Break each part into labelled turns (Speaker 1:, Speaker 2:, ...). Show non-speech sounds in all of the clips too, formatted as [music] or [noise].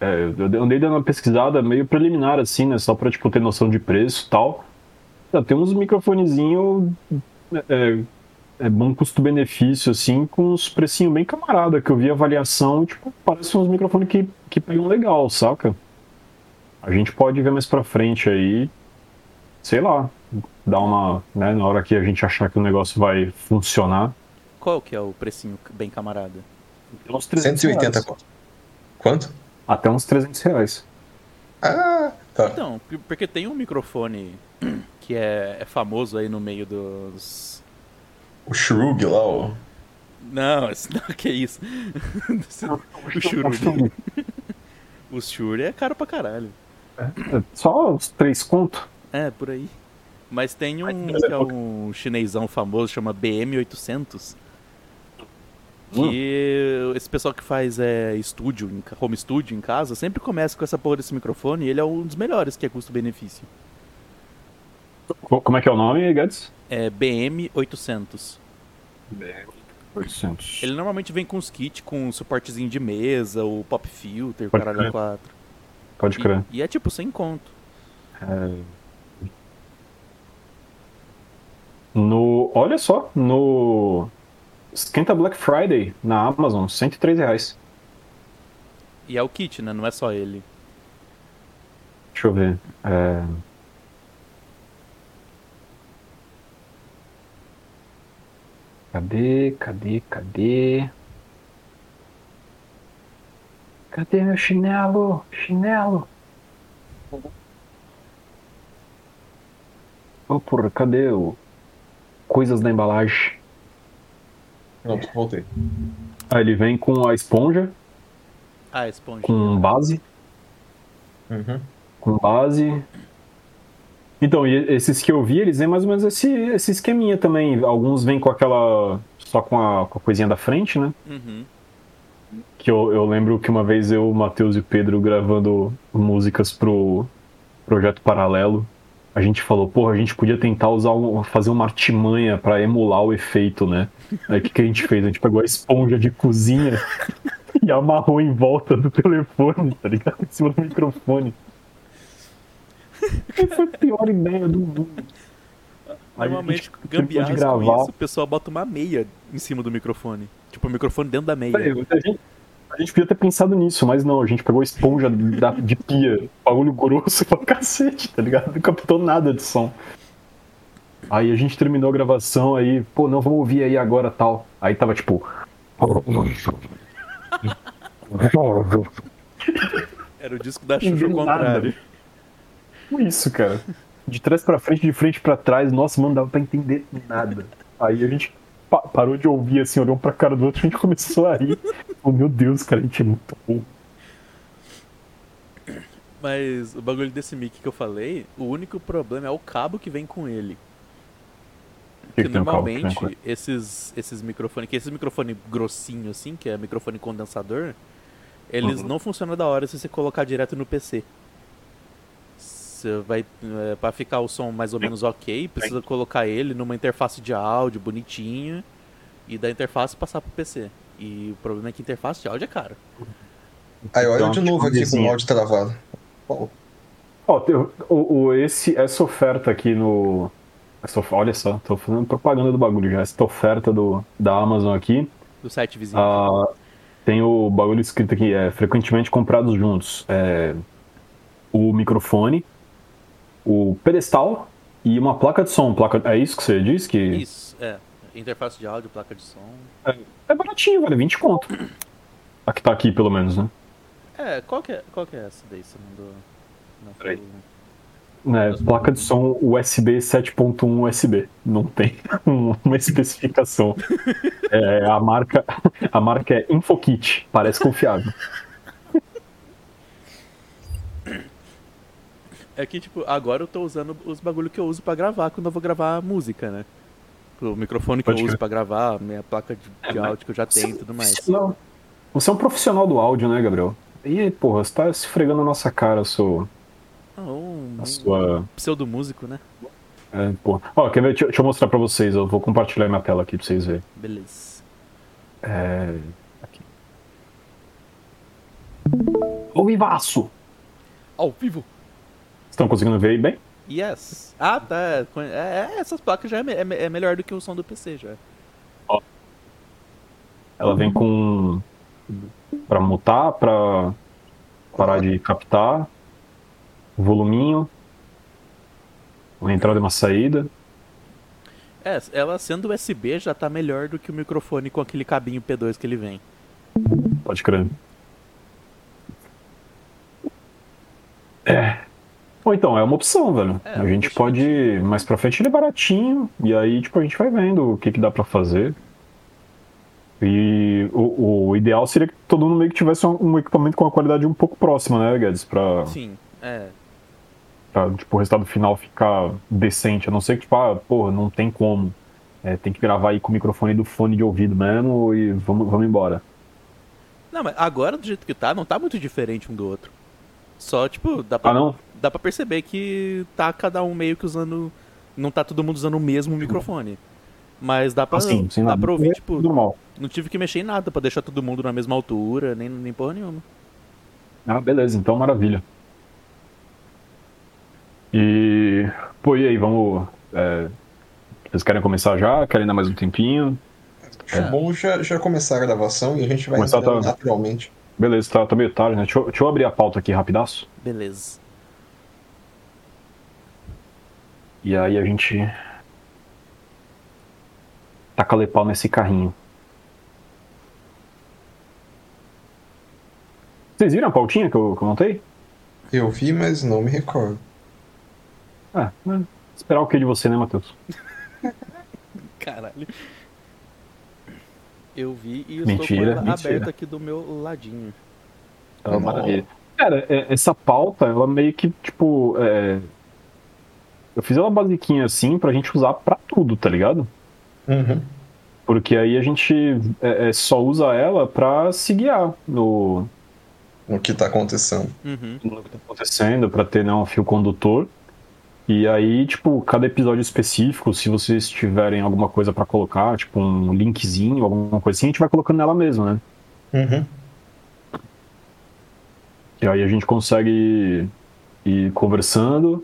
Speaker 1: É, eu andei dando uma pesquisada meio preliminar, assim, né? Só pra, tipo, ter noção de preço e tal. Ah, tem uns microfonezinhos é, é, bom custo-benefício, assim, com uns precinhos bem camarada, que eu vi a avaliação, tipo, parece uns microfones que, que pegam legal, saca? A gente pode ver mais pra frente aí, sei lá, dar uma, né, na hora que a gente achar que o negócio vai funcionar.
Speaker 2: Qual que é o precinho bem camarada?
Speaker 1: Tem uns 300
Speaker 3: 180
Speaker 1: reais.
Speaker 3: conto. Quanto?
Speaker 1: Até uns 300 reais.
Speaker 3: Ah, tá.
Speaker 2: Então, p- porque tem um microfone [clears throat] que é, é famoso aí no meio dos.
Speaker 3: O Shrug lá, o.
Speaker 2: Não, [laughs] esse- não que isso? o Shure. [laughs] O Shure é caro pra caralho.
Speaker 1: Só uns três conto?
Speaker 2: É, por aí. Mas tem um que é um chinesão famoso, chama BM800.
Speaker 1: Hum.
Speaker 2: Que esse pessoal que faz é, estúdio, em ca- home studio em casa, sempre começa com essa porra desse microfone e ele é um dos melhores que é custo-benefício.
Speaker 1: Co- Como é que é o nome, Guedes?
Speaker 2: É BM800.
Speaker 1: 800.
Speaker 2: Ele normalmente vem com os kits, com um suportezinho de mesa, o pop filter,
Speaker 1: Pode
Speaker 2: caralho
Speaker 1: crer.
Speaker 2: 4.
Speaker 1: Pode crer.
Speaker 2: E, e é tipo sem conto.
Speaker 1: No, olha só, no Esquenta Black Friday na Amazon, 103 reais.
Speaker 2: E é o kit, né? Não é só ele.
Speaker 1: Deixa eu ver. É... Cadê, cadê, cadê? Cadê meu chinelo? Chinelo? Oh, porra, cadê o... Coisas da embalagem?
Speaker 3: Não, voltei.
Speaker 1: Aí Ah, ele vem com a esponja,
Speaker 2: Ah, a esponja.
Speaker 1: com base,
Speaker 3: Uhum.
Speaker 1: com base. Então, e esses que eu vi, eles vêm mais ou menos esse, esse esqueminha também. Alguns vêm com aquela. só com a, com a coisinha da frente, né?
Speaker 2: Uhum.
Speaker 1: Que eu, eu lembro que uma vez eu, o Matheus e o Pedro gravando músicas pro Projeto Paralelo, a gente falou, porra, a gente podia tentar usar um, fazer uma artimanha pra emular o efeito, né? Aí o que, que a gente fez? A gente pegou a esponja de cozinha [laughs] e amarrou em volta do telefone, tá ligado? Em cima do microfone. Aí foi a pior ideia do mundo. Aí a
Speaker 2: Normalmente,
Speaker 1: gente- a gente
Speaker 2: gambiarras
Speaker 1: pôde
Speaker 2: com
Speaker 1: gravar.
Speaker 2: isso, o pessoal bota uma meia em cima do microfone. Tipo, o microfone dentro da meia.
Speaker 1: Peraí, a gente, a gente podia ter pensado nisso, mas não, a gente pegou a esponja da- de pia, bagulho grosso [laughs] pra cacete, tá ligado? Não captou nada de som. Aí a gente terminou a gravação, aí, pô, não, vamos ouvir aí agora tal. Aí tava tipo.
Speaker 2: Era o disco da Xuxa ao
Speaker 1: Não deu nada.
Speaker 2: contrário.
Speaker 1: Tipo isso, cara. De trás pra frente, de frente pra trás, nossa, mano, dava pra entender nada. Aí a gente pa- parou de ouvir, assim, olhou um pra cara do outro e a gente começou a rir. Oh, meu Deus, cara, a gente é muito bom.
Speaker 2: Mas o bagulho desse mic que eu falei, o único problema é o cabo que vem com ele.
Speaker 1: Que
Speaker 2: Porque
Speaker 1: tem um carro que vem
Speaker 2: normalmente
Speaker 1: com-
Speaker 2: esses, esses microfones, que esse microfone grossinho assim, que é microfone condensador, eles
Speaker 1: Uhum.
Speaker 2: não funcionam da hora se você colocar direto no PC. Você vai é, para ficar o som mais ou menos ok, precisa colocar ele numa interface de áudio bonitinha e da interface passar pro PC. E o problema é que interface de áudio é caro.
Speaker 3: Aí, olha
Speaker 1: Então,
Speaker 3: de novo aqui com
Speaker 1: vizinha.
Speaker 3: o áudio travado. Bom,
Speaker 1: Ó, teu- o, o- esse, essa oferta aqui no. essa of- olha só, tô fazendo propaganda do bagulho já. Essa oferta do, da Amazon aqui.
Speaker 2: Do site vizinho.
Speaker 1: ah, tem o bagulho escrito aqui, é frequentemente comprados juntos. É, o microfone, o pedestal e uma placa de som. Placa, é isso que você disse? Que
Speaker 2: Isso, é. Interface de áudio, placa de som.
Speaker 1: É baratinho, vale 20 conto. A que tá aqui, pelo menos, né?
Speaker 2: É, qual que é, qual que é essa daí? Você mandou. Não
Speaker 1: Peraí.
Speaker 2: falou, né?
Speaker 1: né, placa de som USB 7.1 USB. Não tem [laughs] um- uma especificação. É, a, marca, a marca é Infokit, parece
Speaker 2: [laughs]
Speaker 1: confiável.
Speaker 2: É que, tipo, agora eu tô usando os bagulho que eu uso pra gravar quando eu vou gravar música, né? O microfone que
Speaker 1: Pode
Speaker 2: eu uso
Speaker 1: crer.
Speaker 2: pra gravar, minha placa de, de áudio que eu já tenho e tudo mais.
Speaker 1: Profissional- Você é um profissional do áudio, né, Gabriel? E, porra, você tá esfregando a nossa cara, a sua.
Speaker 2: Ah, um
Speaker 1: A sua
Speaker 2: pseudo músico, né?
Speaker 1: é, porra. Ó, quer ver? Deixa, eu- deixa eu mostrar pra vocês. Eu vou compartilhar minha tela aqui pra vocês verem.
Speaker 2: Beleza.
Speaker 1: É, aqui. Ao vivaço!
Speaker 2: Ao vivo.
Speaker 1: Estão conseguindo ver aí bem?
Speaker 2: Yes. Ah, tá. Co- é- é, essas placas já é, me- é me- é melhor do que o som do PC já.
Speaker 1: Ela vem com. pra mutar, pra parar de captar. Voluminho. Uma entrada e uma saída.
Speaker 2: É, ela sendo USB já tá melhor do que o microfone com aquele cabinho P2 que ele vem.
Speaker 1: Pode crer. É. Ou então, é uma opção, velho.
Speaker 2: É,
Speaker 1: a gente
Speaker 2: deixa-
Speaker 1: pode. Mais pra frente ele é baratinho. E aí, tipo, a gente vai vendo o que, que dá pra fazer. E o, o ideal seria que todo mundo meio que tivesse um, um equipamento com uma qualidade um pouco próxima, né, Guedes? Pra,
Speaker 2: Sim, é.
Speaker 1: pra tipo, o resultado final ficar decente. A não ser que, tipo, ah, porra, não tem como. É, tem que gravar aí com o microfone do fone de ouvido mesmo e vamos, vamos embora.
Speaker 2: Não, mas agora do jeito que tá, não tá muito diferente um do outro. Só, tipo, dá pra,
Speaker 1: Ah, não?
Speaker 2: dá pra perceber que tá cada um meio que usando. Não tá todo mundo usando o mesmo microfone. Mas dá pra,
Speaker 1: Assim, sim,
Speaker 2: dá
Speaker 1: não.
Speaker 2: pra ouvir, tipo,
Speaker 1: Normal.
Speaker 2: não tive que mexer em nada pra deixar todo mundo na mesma altura, nem, nem porra nenhuma.
Speaker 1: Ah, beleza, então maravilha. E. Pô, e aí, vamos. É... Vocês querem começar já? Querem dar mais um tempinho?
Speaker 3: Acho bom já, já começar a gravação e a gente vai
Speaker 1: Começar
Speaker 3: entrando
Speaker 1: tá-
Speaker 3: naturalmente.
Speaker 1: Beleza, tá, tá meio tarde, né? Deixa eu, deixa eu abrir a pauta aqui rapidaço.
Speaker 2: Beleza.
Speaker 1: E aí a gente. Taca lepau nesse carrinho. Vocês viram a pautinha que eu, que eu montei?
Speaker 3: Eu vi, mas não me recordo.
Speaker 1: Ah, né? esperar o que de você, né, Matheus?
Speaker 2: [laughs] Caralho. Eu vi e eu
Speaker 1: Mentira,
Speaker 2: estou com ela
Speaker 1: mentira.
Speaker 2: aberta aqui do meu ladinho.
Speaker 1: É
Speaker 3: Não.
Speaker 1: maravilha. Cara, é- essa pauta, ela meio que, tipo. é, Eu fiz ela basiquinha assim pra gente usar pra tudo, tá ligado?
Speaker 3: Uhum.
Speaker 1: Porque aí a gente é, é, só usa ela pra se guiar no,
Speaker 3: O que tá acontecendo.
Speaker 2: Uhum.
Speaker 1: no que tá acontecendo, pra ter né, um fio condutor. E aí, tipo, cada episódio específico, se vocês tiverem alguma coisa pra colocar, tipo um linkzinho, alguma coisa assim, a gente vai colocando nela mesmo, né?
Speaker 3: Uhum.
Speaker 1: E aí a gente consegue ir conversando.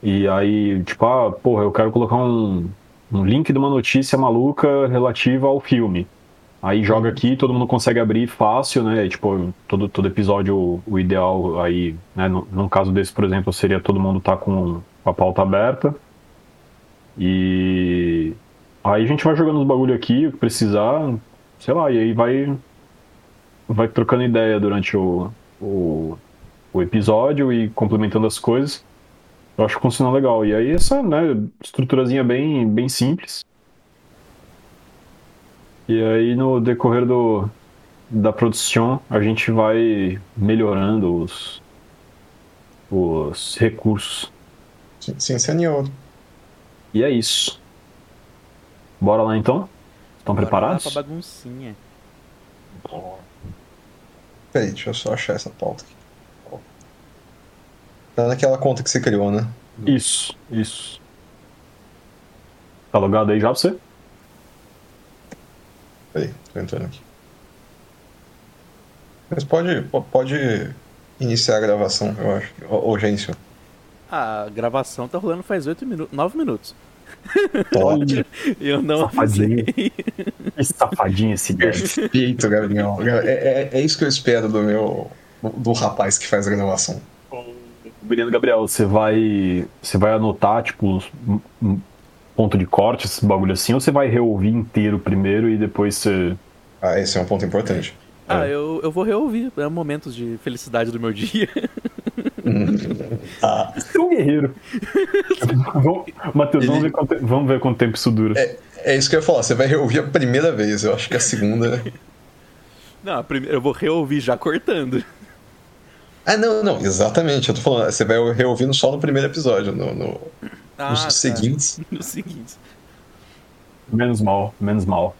Speaker 1: E aí, tipo, ah, porra, eu quero colocar um, um link de uma notícia maluca relativa ao filme. Aí joga aqui, todo mundo consegue abrir fácil, né? E, tipo, todo, todo episódio, o- o ideal aí, né? No, num caso desse, por exemplo, seria todo mundo tá com a pauta aberta. E aí a gente vai jogando os bagulho aqui, o que precisar, sei lá, e aí vai, vai trocando ideia durante o, o, o episódio e complementando as coisas. Eu acho que funciona legal. E aí essa, né, estruturazinha bem, bem simples. E aí no decorrer do, da produção a gente vai melhorando os, os recursos.
Speaker 3: Sim, sim, senhor.
Speaker 1: E é isso. Bora lá então? Estão
Speaker 2: Agora
Speaker 1: preparados?
Speaker 2: Dá pra baguncinha.
Speaker 3: Peraí, deixa eu só achar essa pauta aqui. Ó. Tá naquela conta que você criou, né?
Speaker 1: Isso, isso. Tá logado aí já pra você?
Speaker 3: Peraí, tô entrando aqui. Mas pode, po- pode iniciar a gravação, eu acho. Ô, ô, Gêncio.
Speaker 2: A gravação tá rolando faz 8 minutos, 9 minutos.
Speaker 3: [laughs]
Speaker 1: Olha,
Speaker 2: E eu não
Speaker 1: Safadinho.
Speaker 2: avisei.
Speaker 1: que safadinho esse Guedes.
Speaker 3: Perfeito, Gabriel. É, é, é isso que eu espero do meu. do- do rapaz que faz a gravação.
Speaker 1: Brilhando Gabriel, você vai você vai anotar tipo uns- um, um ponto de corte, esse bagulho assim, ou você vai reouvir inteiro primeiro e depois você [laughs]
Speaker 3: Ah, esse é um ponto importante.
Speaker 2: [laughs] Ah,
Speaker 1: É.
Speaker 2: eu, eu vou reouvir é, momentos de felicidade do meu dia.
Speaker 3: Ah,
Speaker 1: Você é um guerreiro. Vamos- Matheus, vamos ver, quanto, vamos ver quanto tempo isso dura.
Speaker 3: é isso que eu ia falar. Você vai reouvir a primeira vez. Eu acho que
Speaker 2: [laughs]
Speaker 3: a segunda.
Speaker 2: Não, a primeira eu vou reouvir já cortando.
Speaker 3: Ah, não, não, exatamente. Eu tô falando, você vai reouvindo só no primeiro episódio, no, no-
Speaker 2: Ah,
Speaker 3: nos
Speaker 2: tá.
Speaker 3: seguintes.
Speaker 2: Nos seguintes.
Speaker 1: Menos mal, menos mal.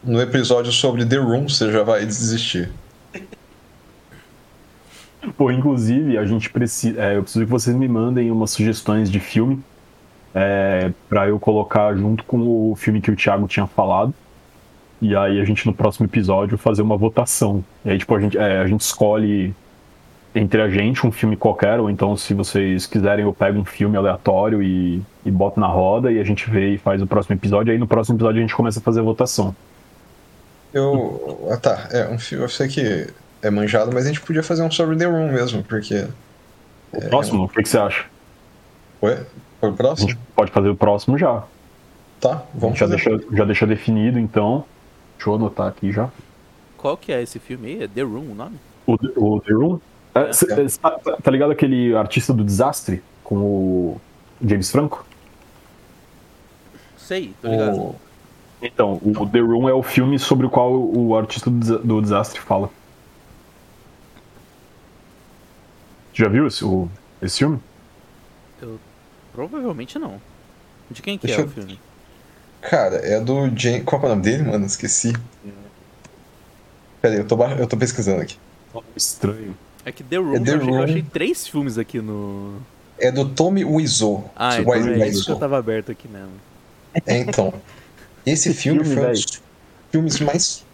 Speaker 3: No episódio sobre The Room, você já vai desistir.
Speaker 1: Pô, inclusive, a gente precisa. eu preciso que vocês me mandem umas sugestões de filme é, para eu colocar junto com o filme que o Thiago tinha falado. E aí a gente no próximo episódio fazer uma votação. E aí, tipo, a gente, é, a gente escolhe entre a gente, um filme qualquer, ou então se vocês quiserem eu pego um filme aleatório e, e boto na roda e a gente vê e faz o próximo episódio, aí no próximo episódio a gente começa a fazer a votação.
Speaker 3: Eu. Ah, tá. É um filme. Eu sei que é manjado, mas a gente podia fazer um sobre The Room mesmo, porque.
Speaker 1: O próximo? O que, que você acha?
Speaker 3: Ué?
Speaker 1: A
Speaker 3: Foi o
Speaker 1: gente
Speaker 3: próximo?
Speaker 1: pode fazer o próximo já.
Speaker 3: Tá, vamos
Speaker 1: Já
Speaker 3: fazer.
Speaker 1: deixa, já deixa definido, então. Deixa eu anotar aqui já.
Speaker 2: Qual que é esse filme aí? É The Room o nome?
Speaker 1: O, o The Room. É, cê- é, cê tá, tá ligado aquele artista do desastre com o James Franco?
Speaker 2: Sei, tô ligado.
Speaker 3: O...
Speaker 1: Então, o The Room é o filme sobre o qual o artista do desa- do desastre fala. Já viu esse, o- esse filme?
Speaker 2: Provavelmente não. De quem que
Speaker 3: Deixa
Speaker 2: é o
Speaker 3: eu-
Speaker 2: filme?
Speaker 3: Cara, é do James. Qual que é o nome dele, mano? Esqueci. Pera aí, eu tô, ba- eu tô pesquisando aqui.
Speaker 1: Estranho.
Speaker 2: É que The Room,
Speaker 3: The
Speaker 2: eu, achei, eu
Speaker 3: Room.
Speaker 2: achei três filmes aqui no.
Speaker 3: É do Tommy Wiseau.
Speaker 2: Ah, então
Speaker 3: Wise-
Speaker 2: é isso que
Speaker 3: Wiseau.
Speaker 2: eu tava aberto aqui mesmo. [laughs]
Speaker 3: É, então. Esse filme
Speaker 1: filme,
Speaker 3: foi um
Speaker 1: véi.
Speaker 3: dos filmes mais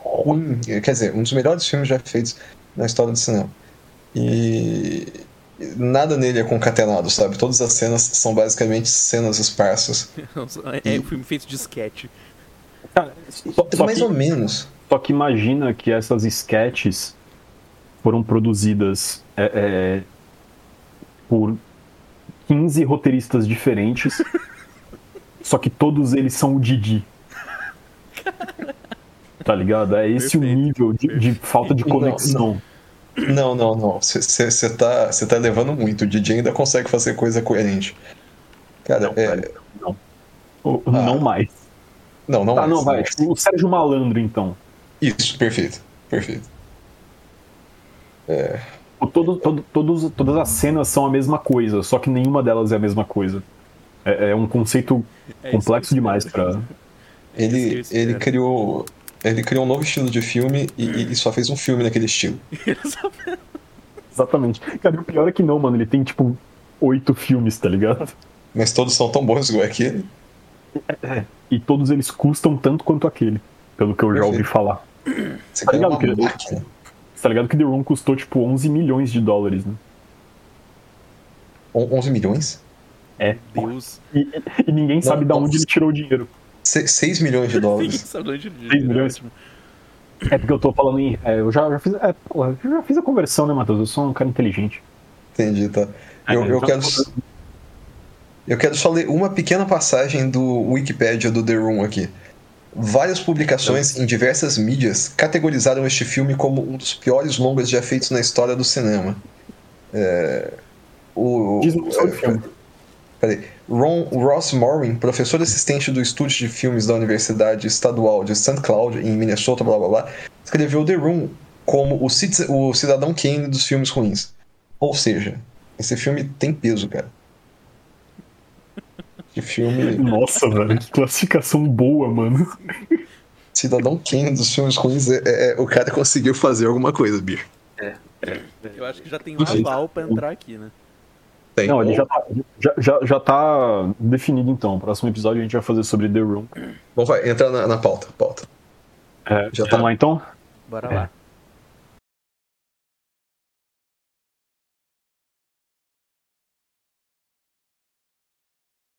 Speaker 3: ruim, quer dizer, um dos melhores filmes já feitos na história do cinema. E nada nele é concatenado, sabe? Todas as cenas são basicamente cenas esparsas.
Speaker 2: É um filme feito de sketch.
Speaker 1: Cara, só, só
Speaker 3: Mais
Speaker 1: que,
Speaker 3: ou menos.
Speaker 1: só que imagina que essas sketches foram produzidas é, é, por 15 roteiristas
Speaker 2: [laughs]
Speaker 1: diferentes, só que todos eles são o Didi. Tá ligado? É esse o
Speaker 2: Perfeito,
Speaker 1: nível de, de falta de
Speaker 3: Não, não.
Speaker 1: conexão.
Speaker 3: Não, não, não. Você tá, cê tá levando muito. O DJ ainda consegue fazer coisa coerente. Cara,
Speaker 1: Não,
Speaker 3: é.
Speaker 1: cara, não. O- Não mais.
Speaker 3: Não, não
Speaker 1: Tá,
Speaker 3: é
Speaker 1: não,
Speaker 3: isso,
Speaker 1: vai.
Speaker 3: é isso.
Speaker 1: O Sérgio Malandro, então.
Speaker 3: Isso, perfeito. Perfeito.
Speaker 1: O Todo, todo, todos, todas as cenas são a mesma coisa, só que nenhuma delas é a mesma coisa. É, é um conceito
Speaker 2: É
Speaker 1: complexo
Speaker 2: isso [laughs] que eu
Speaker 1: demais pra.
Speaker 2: espero. Esse eu
Speaker 3: Ele,
Speaker 2: espero.
Speaker 3: ele criou. Ele criou um novo estilo de filme e, e- e só fez um filme naquele estilo.
Speaker 1: [laughs] Exatamente. Cara, e o pior é que não, mano. Ele tem, tipo, oito filmes, tá ligado?
Speaker 3: Mas todos são tão bons igual aquele.
Speaker 1: E todos eles custam tanto quanto aquele, pelo que eu já ouvi
Speaker 3: Perfeito.
Speaker 1: falar.
Speaker 3: Você
Speaker 1: Tá
Speaker 3: criou uma
Speaker 1: ligado, querido?
Speaker 3: máquina.
Speaker 1: Você tá ligado que The Room custou, tipo, 11 milhões de dólares, né?
Speaker 3: On- 11 milhões?
Speaker 1: É.
Speaker 2: Deus.
Speaker 1: E, e ninguém sabe de onde
Speaker 3: nossa.
Speaker 1: ele tirou o dinheiro.
Speaker 3: Se- 6 milhões de dólares.
Speaker 2: Sabe de onde-
Speaker 1: Seis milhões.
Speaker 2: Ótimo.
Speaker 1: É porque eu tô falando em. é, eu já, já fiz. É, porra, eu já fiz a conversão, né, Matheus? Eu sou um cara inteligente.
Speaker 3: Entendi, tá? Eu, eu
Speaker 1: Então,
Speaker 3: quero. Eu quero só ler uma pequena passagem do Wikipedia do The Room aqui. Várias publicações em diversas mídias categorizaram este filme como um dos piores longas já feitos na história do cinema. É, o, é,
Speaker 1: Diz um sobre o filme.
Speaker 3: Peraí. Ron Ross Morin, professor assistente do estúdio de filmes da Universidade Estadual de St. Cloud, em Minnesota, blá blá blá, escreveu The Room como o, citi- o cidadão Kane dos filmes ruins. Ou seja, esse filme tem peso, cara. Que filme.
Speaker 1: Nossa, velho, que classificação boa, mano.
Speaker 3: Cidadão Kane dos filmes ruins é, é- é- o cara conseguiu fazer alguma coisa, bicho.
Speaker 2: Eu acho que já tem um aval pra entrar aqui, né?
Speaker 3: Tem.
Speaker 1: Não, ele já tá, já, já, já tá definido então. Próximo episódio a gente vai fazer sobre The Room.
Speaker 3: Bom, vai, entra na, na pauta, pauta.
Speaker 1: É,
Speaker 3: Já
Speaker 1: vamos
Speaker 3: tá.
Speaker 1: lá então?
Speaker 2: Bora lá.